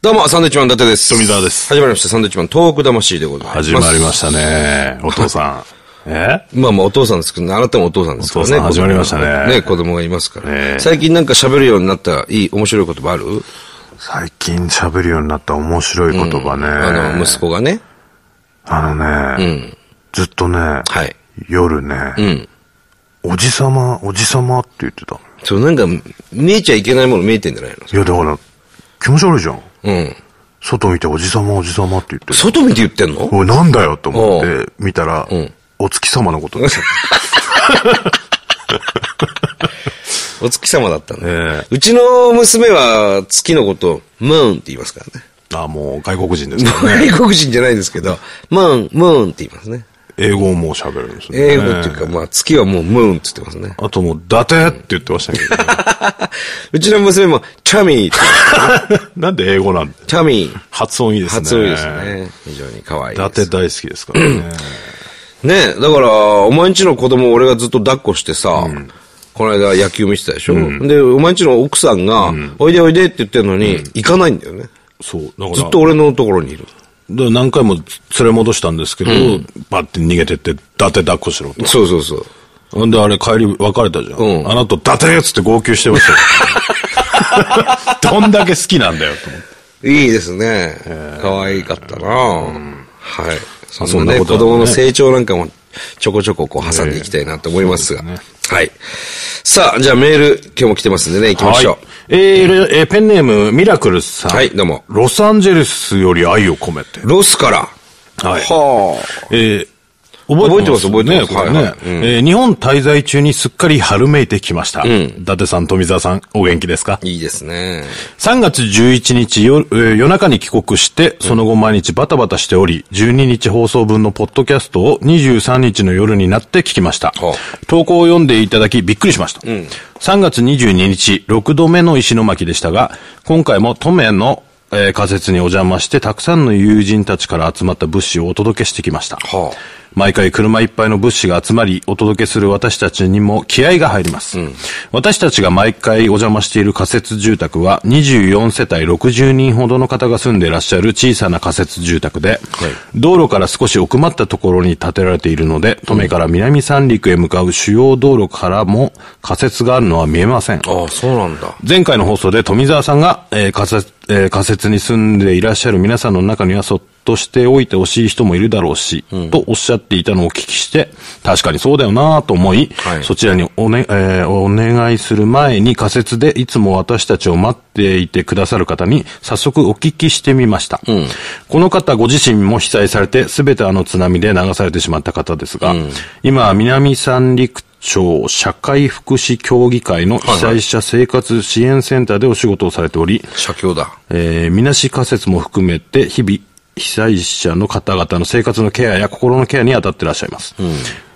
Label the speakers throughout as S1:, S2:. S1: どうも、サンドイッチマン伊達です。
S2: 富澤です
S1: 始まりました、サンドイッチマン、東北魂でございます。
S2: 始まりましたね。お父さん。 え
S1: まあまあお父さんですけど、あなたもお父さんですからね。
S2: お父さん始まりましたね
S1: 子供がね、子供がいますから。
S2: ええ
S1: 最近なんか喋るようになった、いい、面白い言葉ある、
S2: 最近喋るようになった面白い言葉ね。
S1: あの、息子がね。
S2: あのね、ずっとね、
S1: はい。
S2: 夜ね、
S1: ん
S2: おじさま、おじさまって言ってたの。
S1: そう、なんか、見えちゃいけないもの見えてんじゃない
S2: いや、だから、気持ち悪いじゃん。
S1: のうん。
S2: 外見ておじさま、おじさまって言ってる。
S1: 外見て言ってん の
S2: おい、なんだよと思って見たら、
S1: ん
S2: お月様のことだった。
S1: お月様だったんだ、
S2: ええ
S1: うちの娘は月のことを、ムーンって言いますからね。
S2: あ、もう外国人ですから ね。
S1: 外国人じゃないですけど、ムーン、ムーンって言いますね。
S2: 英語も喋るんですね。
S1: 英語っていうか、まあ月はもうムーンって言ってますね。
S2: あともう、伊達って言ってましたけどね、
S1: うちの娘も、チャミーって言う、
S2: なんで英語なんで
S1: チャミー。
S2: 発音いいですね。
S1: 初音ですね。非常に可愛い
S2: 伊
S1: です。
S2: 達大好きですからね。
S1: ねえ、だから、お前んちの子供を俺がずっと抱っこしてさ、この間野球見てたでしょ、で、お前んちの奥さんが、おいでおいでって言ってるのに、行かないんだよね。
S2: そう。だから、
S1: ずっと俺のところにいる。
S2: で何回も連れ戻したんですけど、バッて逃げてって、伊達抱っこしろと。
S1: そうそうそう。
S2: ほんで、あれ帰り別れたじゃん。
S1: うん
S2: あの後、伊達っつって号泣してま したよ。どんだけ好きなんだよ、と思って。
S1: いいですね。可愛かったな、はい。そ
S2: そ
S1: ん
S2: ん
S1: なね、
S2: なこと
S1: 子供
S2: はね
S1: の成長なんかもちょこちょここう挟んでいきたいなと思いますが。
S2: ええそうで
S1: はい。さあ、じゃあメール、今日も来てますんでね、行きましょう。
S2: えーえーペンネーム、ミラクルさん。
S1: はいどうも
S2: ロサンゼルスより愛を込めて。
S1: ロスから。
S2: はい
S1: はあ。
S2: えー
S1: 覚えてます覚えてます
S2: ねこれね、
S1: はいはいうん
S2: えー日本滞在中にすっかり春めいてきました。伊達さん、富澤さん、お元気ですか
S1: いいですね。
S2: 3月11日夜、えー夜中に帰国して、その後毎日バタバタしており、12日放送分のポッドキャストを23日の夜になって聞きました
S1: は。
S2: 投稿を読んでいただきびっくりしました。3月22日、6度目の石巻でしたが、今回も都名の、えー仮設にお邪魔して、たくさんの友人たちから集まった物資をお届けしてきました。
S1: はあ。
S2: 毎回車いっぱいの物資が集まり、お届けする私たちにも気合が入ります。私たちが毎回お邪魔している仮設住宅は、24世帯60人ほどの方が住んでいらっしゃる小さな仮設住宅で、道路から少し奥まったところに建てられているので、登米から南三陸へ向かう主要道路からも仮設があるのは見えません。
S1: ああ、そうなんだ。
S2: 前回の放送で富澤さんが、えー仮設、えー仮設に住んでいらっしゃる皆さんの中にはそっとしておいてほしい人もいるだろうし、とおっしゃっていたのをお聞きして、確かにそうだよなぁと思い、
S1: はい
S2: そちらにお,、ねえーお願いする前に仮設でいつも私たちを待っていてくださる方に早速お聞きしてみました。この方ご自身も被災されて、すべてあの津波で流されてしまった方ですが、今、南三陸町社会福祉協議会の被災者生活支援センターでお仕事をされており、
S1: 社協だ。
S2: えーみなし仮設も含めて、日々、被災者の方々の生活のケアや心のケアに当たってらっしゃいます。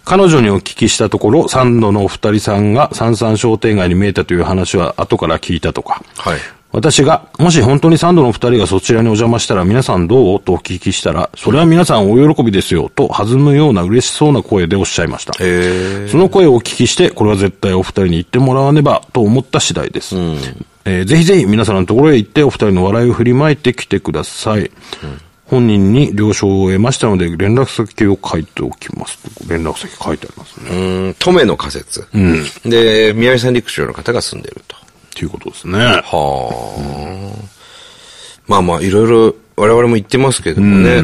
S2: 彼女にお聞きしたところ、サンドのお二人さんが三々商店街に見えたという話は後から聞いたとか、
S1: はい。
S2: 私が、もし本当にサンドの二人がそちらにお邪魔したら皆さんどうとお聞きしたら、それは皆さんお喜びですよ、と弾むような嬉しそうな声でおっしゃいました。
S1: へえ。
S2: その声をお聞きして、これは絶対お二人に言ってもらわねばと思った次第です。えーぜひぜひ皆さんのところへ行って、お二人の笑いを振りまいてきてください。本人に了承を得ましたので、連絡先を書いておきます。連絡先書いてありますね。
S1: うーん、登米の仮説。で、宮城三陸町の方が住んでると。
S2: っていうことですね。
S1: はあ、まあまあ、いろいろ我々も言ってますけどもね、う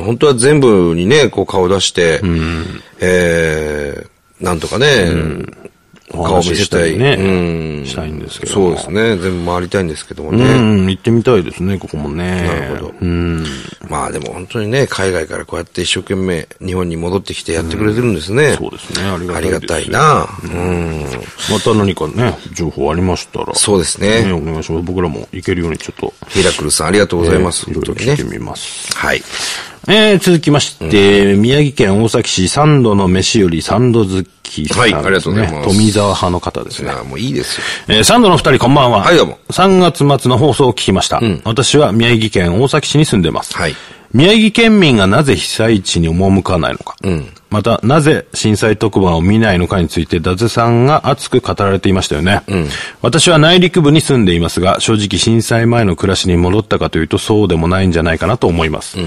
S1: ん、本当は全部にね、こう顔出して、えー、なんとかね、
S2: お
S1: 顔見
S2: 話し
S1: せ
S2: したた
S1: い。
S2: いね。
S1: うん、
S2: したいんですけど。
S1: そうです。ね、全部回りたいんですけどもね。
S2: うん、行ってみたいですね、ここもね。な
S1: るほど
S2: うん。
S1: まあでも本当にね、海外からこうやって一生懸命日本に戻ってきてやってくれてるんですね。
S2: そうですね、ありが
S1: あ
S2: たい
S1: り
S2: です。
S1: がたい。な。うん。
S2: また何かね、情報ありましたら。
S1: そうです
S2: ね
S1: ね。
S2: お願いします。僕らも行けるようにちょっと。
S1: ミラクルさん、ありがとうございます。
S2: えーいろいろ
S1: 本当にね
S2: 聞いてみます。
S1: はい。
S2: えー、続きまして、宮城県大崎市三度の飯より三度好きさん、
S1: はいありがとうございます
S2: 富澤派の方で
S1: い
S2: すね。
S1: や、もういいですよ。
S2: えー、サンドのお二人こんばんは。
S1: はいどうも
S2: 3月末の放送を聞きました。私は宮城県大崎市に住んでます。
S1: はい
S2: 宮城県民がなぜ被災地に赴かないのか。また、なぜ震災特番を見ないのかについて、伊達さんが熱く語られていましたよね。私は内陸部に住んでいますが、正直震災前の暮らしに戻ったかというとそうでもないんじゃないかなと思います。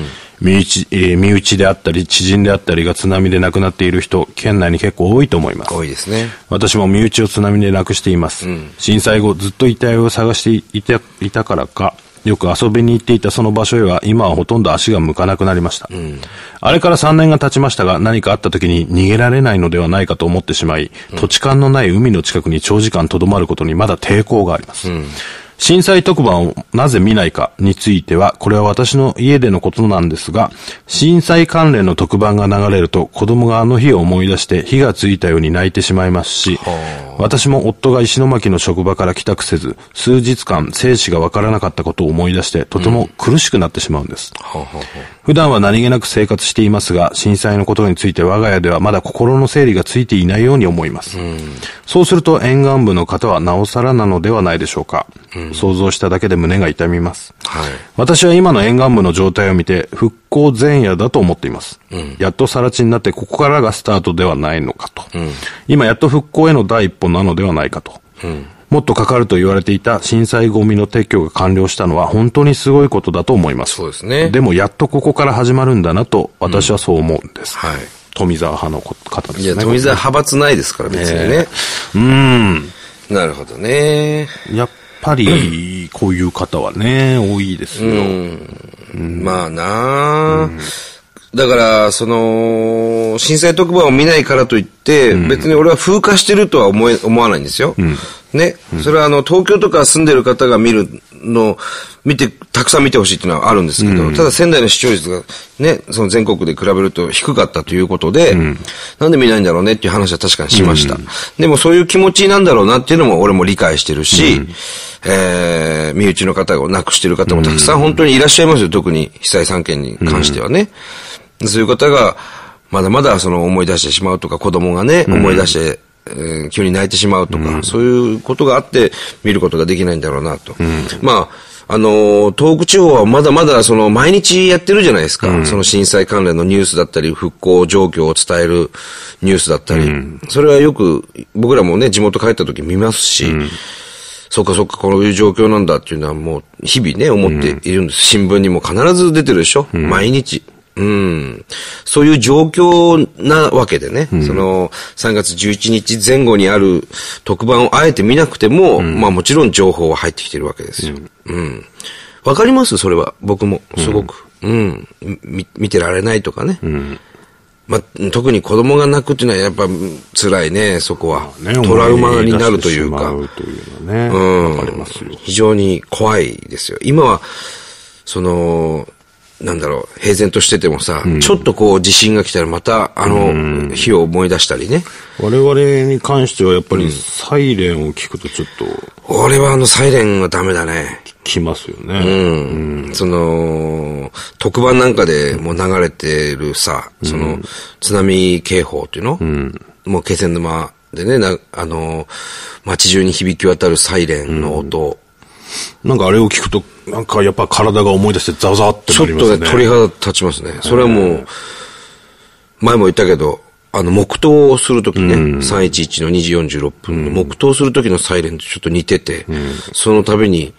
S2: 身内、えー身内であったり、知人であったりが津波で亡くなっている人、県内に結構多いと思います。
S1: 多いですね。
S2: 私も身内を津波で亡くしています。震災後、ずっと遺体を探していたいたからか、よく遊びに行っていたその場所へは今はほとんど足が向かなくなりました。あれから3年が経ちましたが、何かあった時に逃げられないのではないかと思ってしまい、土地勘のない海の近くに長時間留まることにまだ抵抗があります。震災特番をなぜ見ないかについては、これは私の家でのことなんですが、震災関連の特番が流れると子供があの日を思い出して火がついたように泣いてしまいますし、私も夫が石巻の職場から帰宅せず、数日間生死がわからなかったことを思い出して、とても苦しくなってしまうんです。
S1: はあはあは
S2: 普段は何気なく生活していますが、震災のことについて我が家ではまだ心の整理がついていないように思います。そうすると沿岸部の方はなおさらなのではないでしょうか。想像しただけで胸が痛みます。
S1: あはい。
S2: 私は今の沿岸部の状態を見て、復興前夜だと思っています。やっと更地になって、ここからがスタートではないのかと。今やっと復興への第一歩なのではないかと。もっとかかると言われていた震災ゴミの撤去が完了したのは本当にすごいことだと思います。
S1: そうですね
S2: でもやっとここから始まるんだなと、私はそう思うんです。
S1: はい
S2: 富澤派の方ですね。
S1: いや、富澤派閥ないですから、別にね。
S2: うん。
S1: なるほどね。
S2: やっぱり、こういう方はね、多いですよ。
S1: まあなあ、だから、その、震災特番を見ないからといって、別に俺は風化してるとは思え、思わないんですよ。ね。それはあの、東京とか住んでる方が見るの、見て、たくさん見てほしいっていうのはあるんですけど、ただ仙台の視聴率がね、その全国で比べると低かったということで、なんで見ないんだろうねっていう話は確かにしました。でもそういう気持ちなんだろうなっていうのも俺も理解してるし、えー、身内の方を亡くしてる方もたくさん本当にいらっしゃいますよ、特に被災3件に関してはね。そういう方が、まだまだその思い出してしまうとか、子供がね、思い出して、えー急に泣いてしまうとか、そういうことがあって見ることができないんだろうなと。まあ、あのー、東北地方はまだまだその毎日やってるじゃないですか。その震災関連のニュースだったり、復興状況を伝えるニュースだったり、それはよく僕らもね、地元帰った時見ますし、そっかそっか、こういう状況なんだっていうのはもう日々ね、思っているんです。新聞にも必ず出てるでしょ、毎日。うん。そういう状況なわけでね、その3月11日前後にある特番をあえて見なくても、まあもちろん情報は入ってきてるわけですよ。うん。わ、かりますそれは。僕も。すごく。うん。み見てられないとかね。まあ、特に子供が泣くっていうのはやっぱ辛いね、そこは。
S2: ね
S1: トラウマになるというか。
S2: 思出してしまうというのはね、わかりますよ。
S1: 非常に怖いですよ。今は、その、なんだろう、平然としててもさ、ちょっとこう地震が来たらまた、あの、火を思い出したりね。
S2: 我々に関してはやっぱりサイレンを聞くとちょっと
S1: 俺はあの、サイレンはダメだね。
S2: 来ますよ
S1: う
S2: ね。
S1: ん。その、特番なんかでもう流れてるさ、その、津波警報っていうのもう気仙沼でね、なあの、街中に響き渡るサイレンの音。
S2: なんかあれを聞くと、なんかやっぱ体が思い出してザワザワって
S1: ちょ
S2: な
S1: っ
S2: りま
S1: と
S2: す
S1: ね、
S2: ね。
S1: 鳥肌立ちますね。それはもう、前も言ったけど、あの、黙祷をするときね、311の2時46分の黙祷するときのサイレンとちょっと似てて、その度に、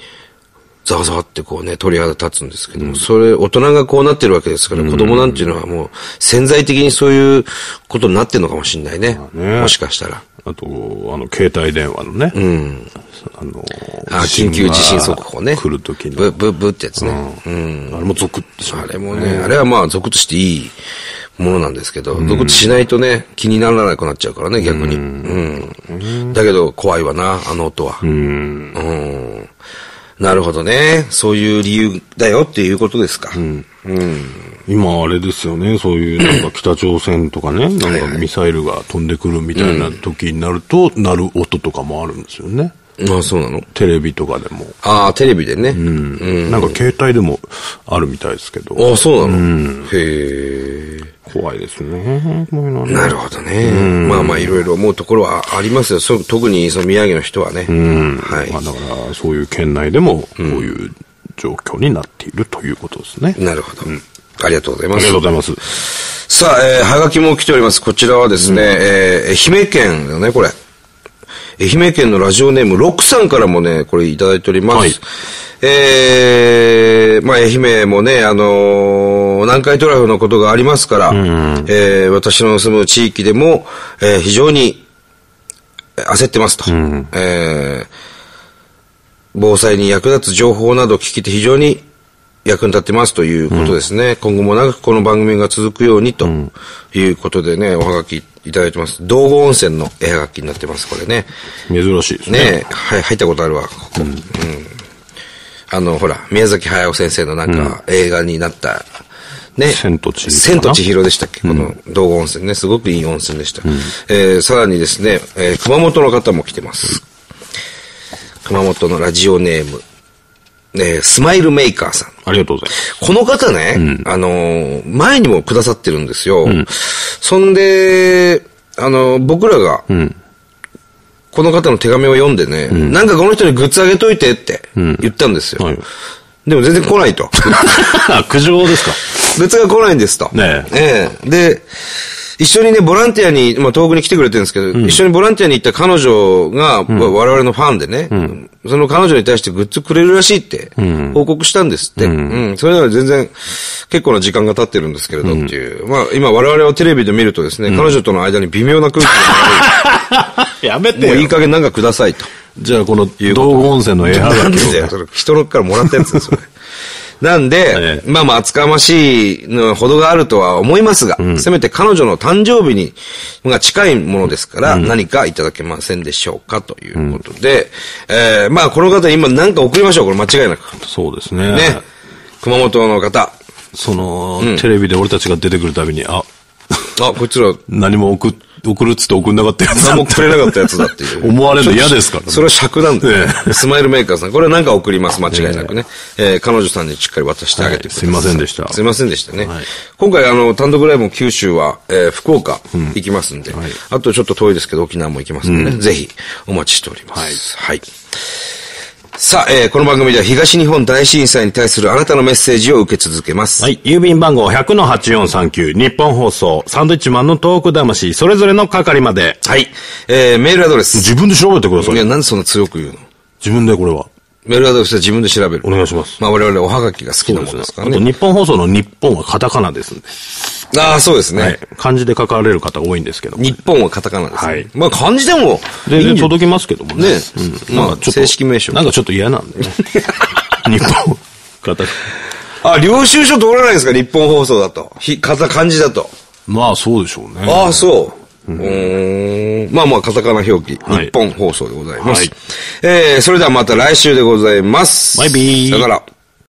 S1: ざわざわってこうね、鳥肌立つんですけども、それ、大人がこうなってるわけですから、子供なんていうのはもう、潜在的にそういうことになってるのかもしれないね。
S2: ね
S1: もしかしたら。
S2: あと、あの、携帯電話のね。
S1: うん。
S2: あの、
S1: あ、緊急地震速報ね。
S2: 来るときに。
S1: ブブブってやつね。
S2: う。
S1: うん
S2: あれもゾクってしま
S1: あ
S2: う。
S1: れもね、あれはまあ、ゾクッとしていいものなんですけど、ゾクッとしないとね、気にならなくなっちゃうからね、逆に。うん。だけど、怖いわな、あの音は。うん。なるほどね。そういう理由だよっていうことですか。
S2: 今あれですよね、そういうなんか北朝鮮とかね、なんかミサイルが飛んでくるみたいな時になると、鳴る音とかもあるんですよね。
S1: あそうなの
S2: テレビとかでも。
S1: ああ、テレビでね。
S2: なんか携帯でもあるみたいですけど。
S1: ああ、そうなの、へえ。
S2: 怖いですね。こういうのはね
S1: なるほどね。まあまあ、いろいろ思うところはありますよ。そ特にその宮城の人はね。はい
S2: まあ、。だから、そういう県内でも、こういう状況になっているということですね。
S1: なるほど。ありがとうござい
S2: あ
S1: ま
S2: りが
S1: す
S2: とうご。ざいます。
S1: さあ、えー、はがきも来ております。こちらはですね、えー愛媛県だね、これ。愛媛県のラジオネーム、ロックさんからもね、これいただいております。
S2: はい
S1: えーまあ、愛媛もね、あのー南海トラフのことがありますから、えー私の住む地域でも、えー非常にえー焦ってますと。えー防災に役立つ情報など聞けて非常に役に立ってますということですね。今後も長くこの番組が続くようにということでね、おはがきいただいてます。道後温泉の絵はがきになってます、これね。
S2: 珍しいですね。
S1: ねえ、はい、入ったことあるわ、ここ。うんあの、ほら、宮崎駿先生のなんか、映画になった、ね。
S2: 千と千尋かな
S1: 千と千尋でしたっけこの道後温泉ね。すごくいい温泉でした。えーさらにですね、えー熊本の方も来てます。熊本のラジオネーム、えースマイルメーカーさん。
S2: ありがとうございます。
S1: この方ね、あのー、前にもくださってるんですよ。そんで、あのー、僕らが、この方の手紙を読んでね、なんかこの人にグッズあげといてって言ったんですよ。
S2: はい
S1: でも全然来ない と。
S2: あ苦情ですか
S1: グッズが来ないんですと。
S2: ね
S1: ええで、一緒にね、ボランティアに、まあ、東北に来てくれてるんですけど、一緒にボランティアに行った彼女が、わ我々のファンでね、その彼女に対してグッズくれるらしいって、報告したんですって。うん。それなら全然、結構な時間が経ってるんですけれどっていう。まあ、今我々をテレビで見るとですね、彼女との間に微妙な空気が
S2: やめ
S1: 流れるもういい加 減なんかくださいと。
S2: じゃあこの道後温泉の絵は
S1: な
S2: が
S1: んで
S2: き
S1: だよ、それ。人のからもらったやつですよ、それ。なんで
S2: え、
S1: まあまあ、厚かましいのほどがあるとは思いますが、せめて彼女の誕生日に、が近いものですから、何かいただけませんでしょうか、ということで、えーまあ、この方に今何か送りましょう、これ間違いなく。
S2: そうですね。
S1: ね。熊本の方。
S2: その、テレビで俺たちが出てくるたびに、あ、
S1: あ、こいつら、
S2: 何も送っ、送るっつって送んなかったやつだ
S1: 何
S2: っ
S1: も
S2: て
S1: くれなかったやつだっていう。
S2: 思われるの嫌ですからね
S1: それは尺なんだよ
S2: え。
S1: スマイルメーカーさん。これは何か送ります、間違いなくね。えー彼女さんにしっかり渡してあげてくださ
S2: はいすいませんでした
S1: すいませんでしたね
S2: はい。
S1: 今回、あの、単独ライブも九州は、えー福岡行きますんで
S2: はい、
S1: あとちょっと遠いですけど、沖縄も行きますんでね、ぜひお待ちしております。はい。さあ、えーこの番組では東日本大震災に対するあなたのメッセージを受け続けます。
S2: はい。郵便番号100-8439、日本放送、サンドイッチマンのトーク魂、それぞれの係まで。
S1: はい。えーメールアドレス。
S2: 自分で調べてくださ
S1: い
S2: い。
S1: や、なんでそんな強く言うの
S2: 自分でこれは。
S1: メールアドレスは自分で調べる。
S2: お願いします
S1: まあ我々おはがきが好きなものですから
S2: あと、
S1: ね。
S2: 日本放送の日本はカタカナですんで。
S1: ああ、そうですね。
S2: はい。漢字で書かれる方多いんですけども。
S1: 日本はカタカナです、ね。
S2: はい
S1: まあ漢字でも、
S2: 全然届きますけどもね。
S1: ねまあ正式名称
S2: なんかちょっと嫌な んでね。日本、カタカ
S1: あ、領収書通らないんですか日本放送だと。ひ、カタ、漢字だと。
S2: ナ。まあ、そうでしょうね。
S1: ああ、そう。うーん。まあまあ、カタカナ表記。
S2: はい
S1: 日本放送でございます。
S2: はい
S1: えー、それではまた来週でございます。
S2: バイビー
S1: だから。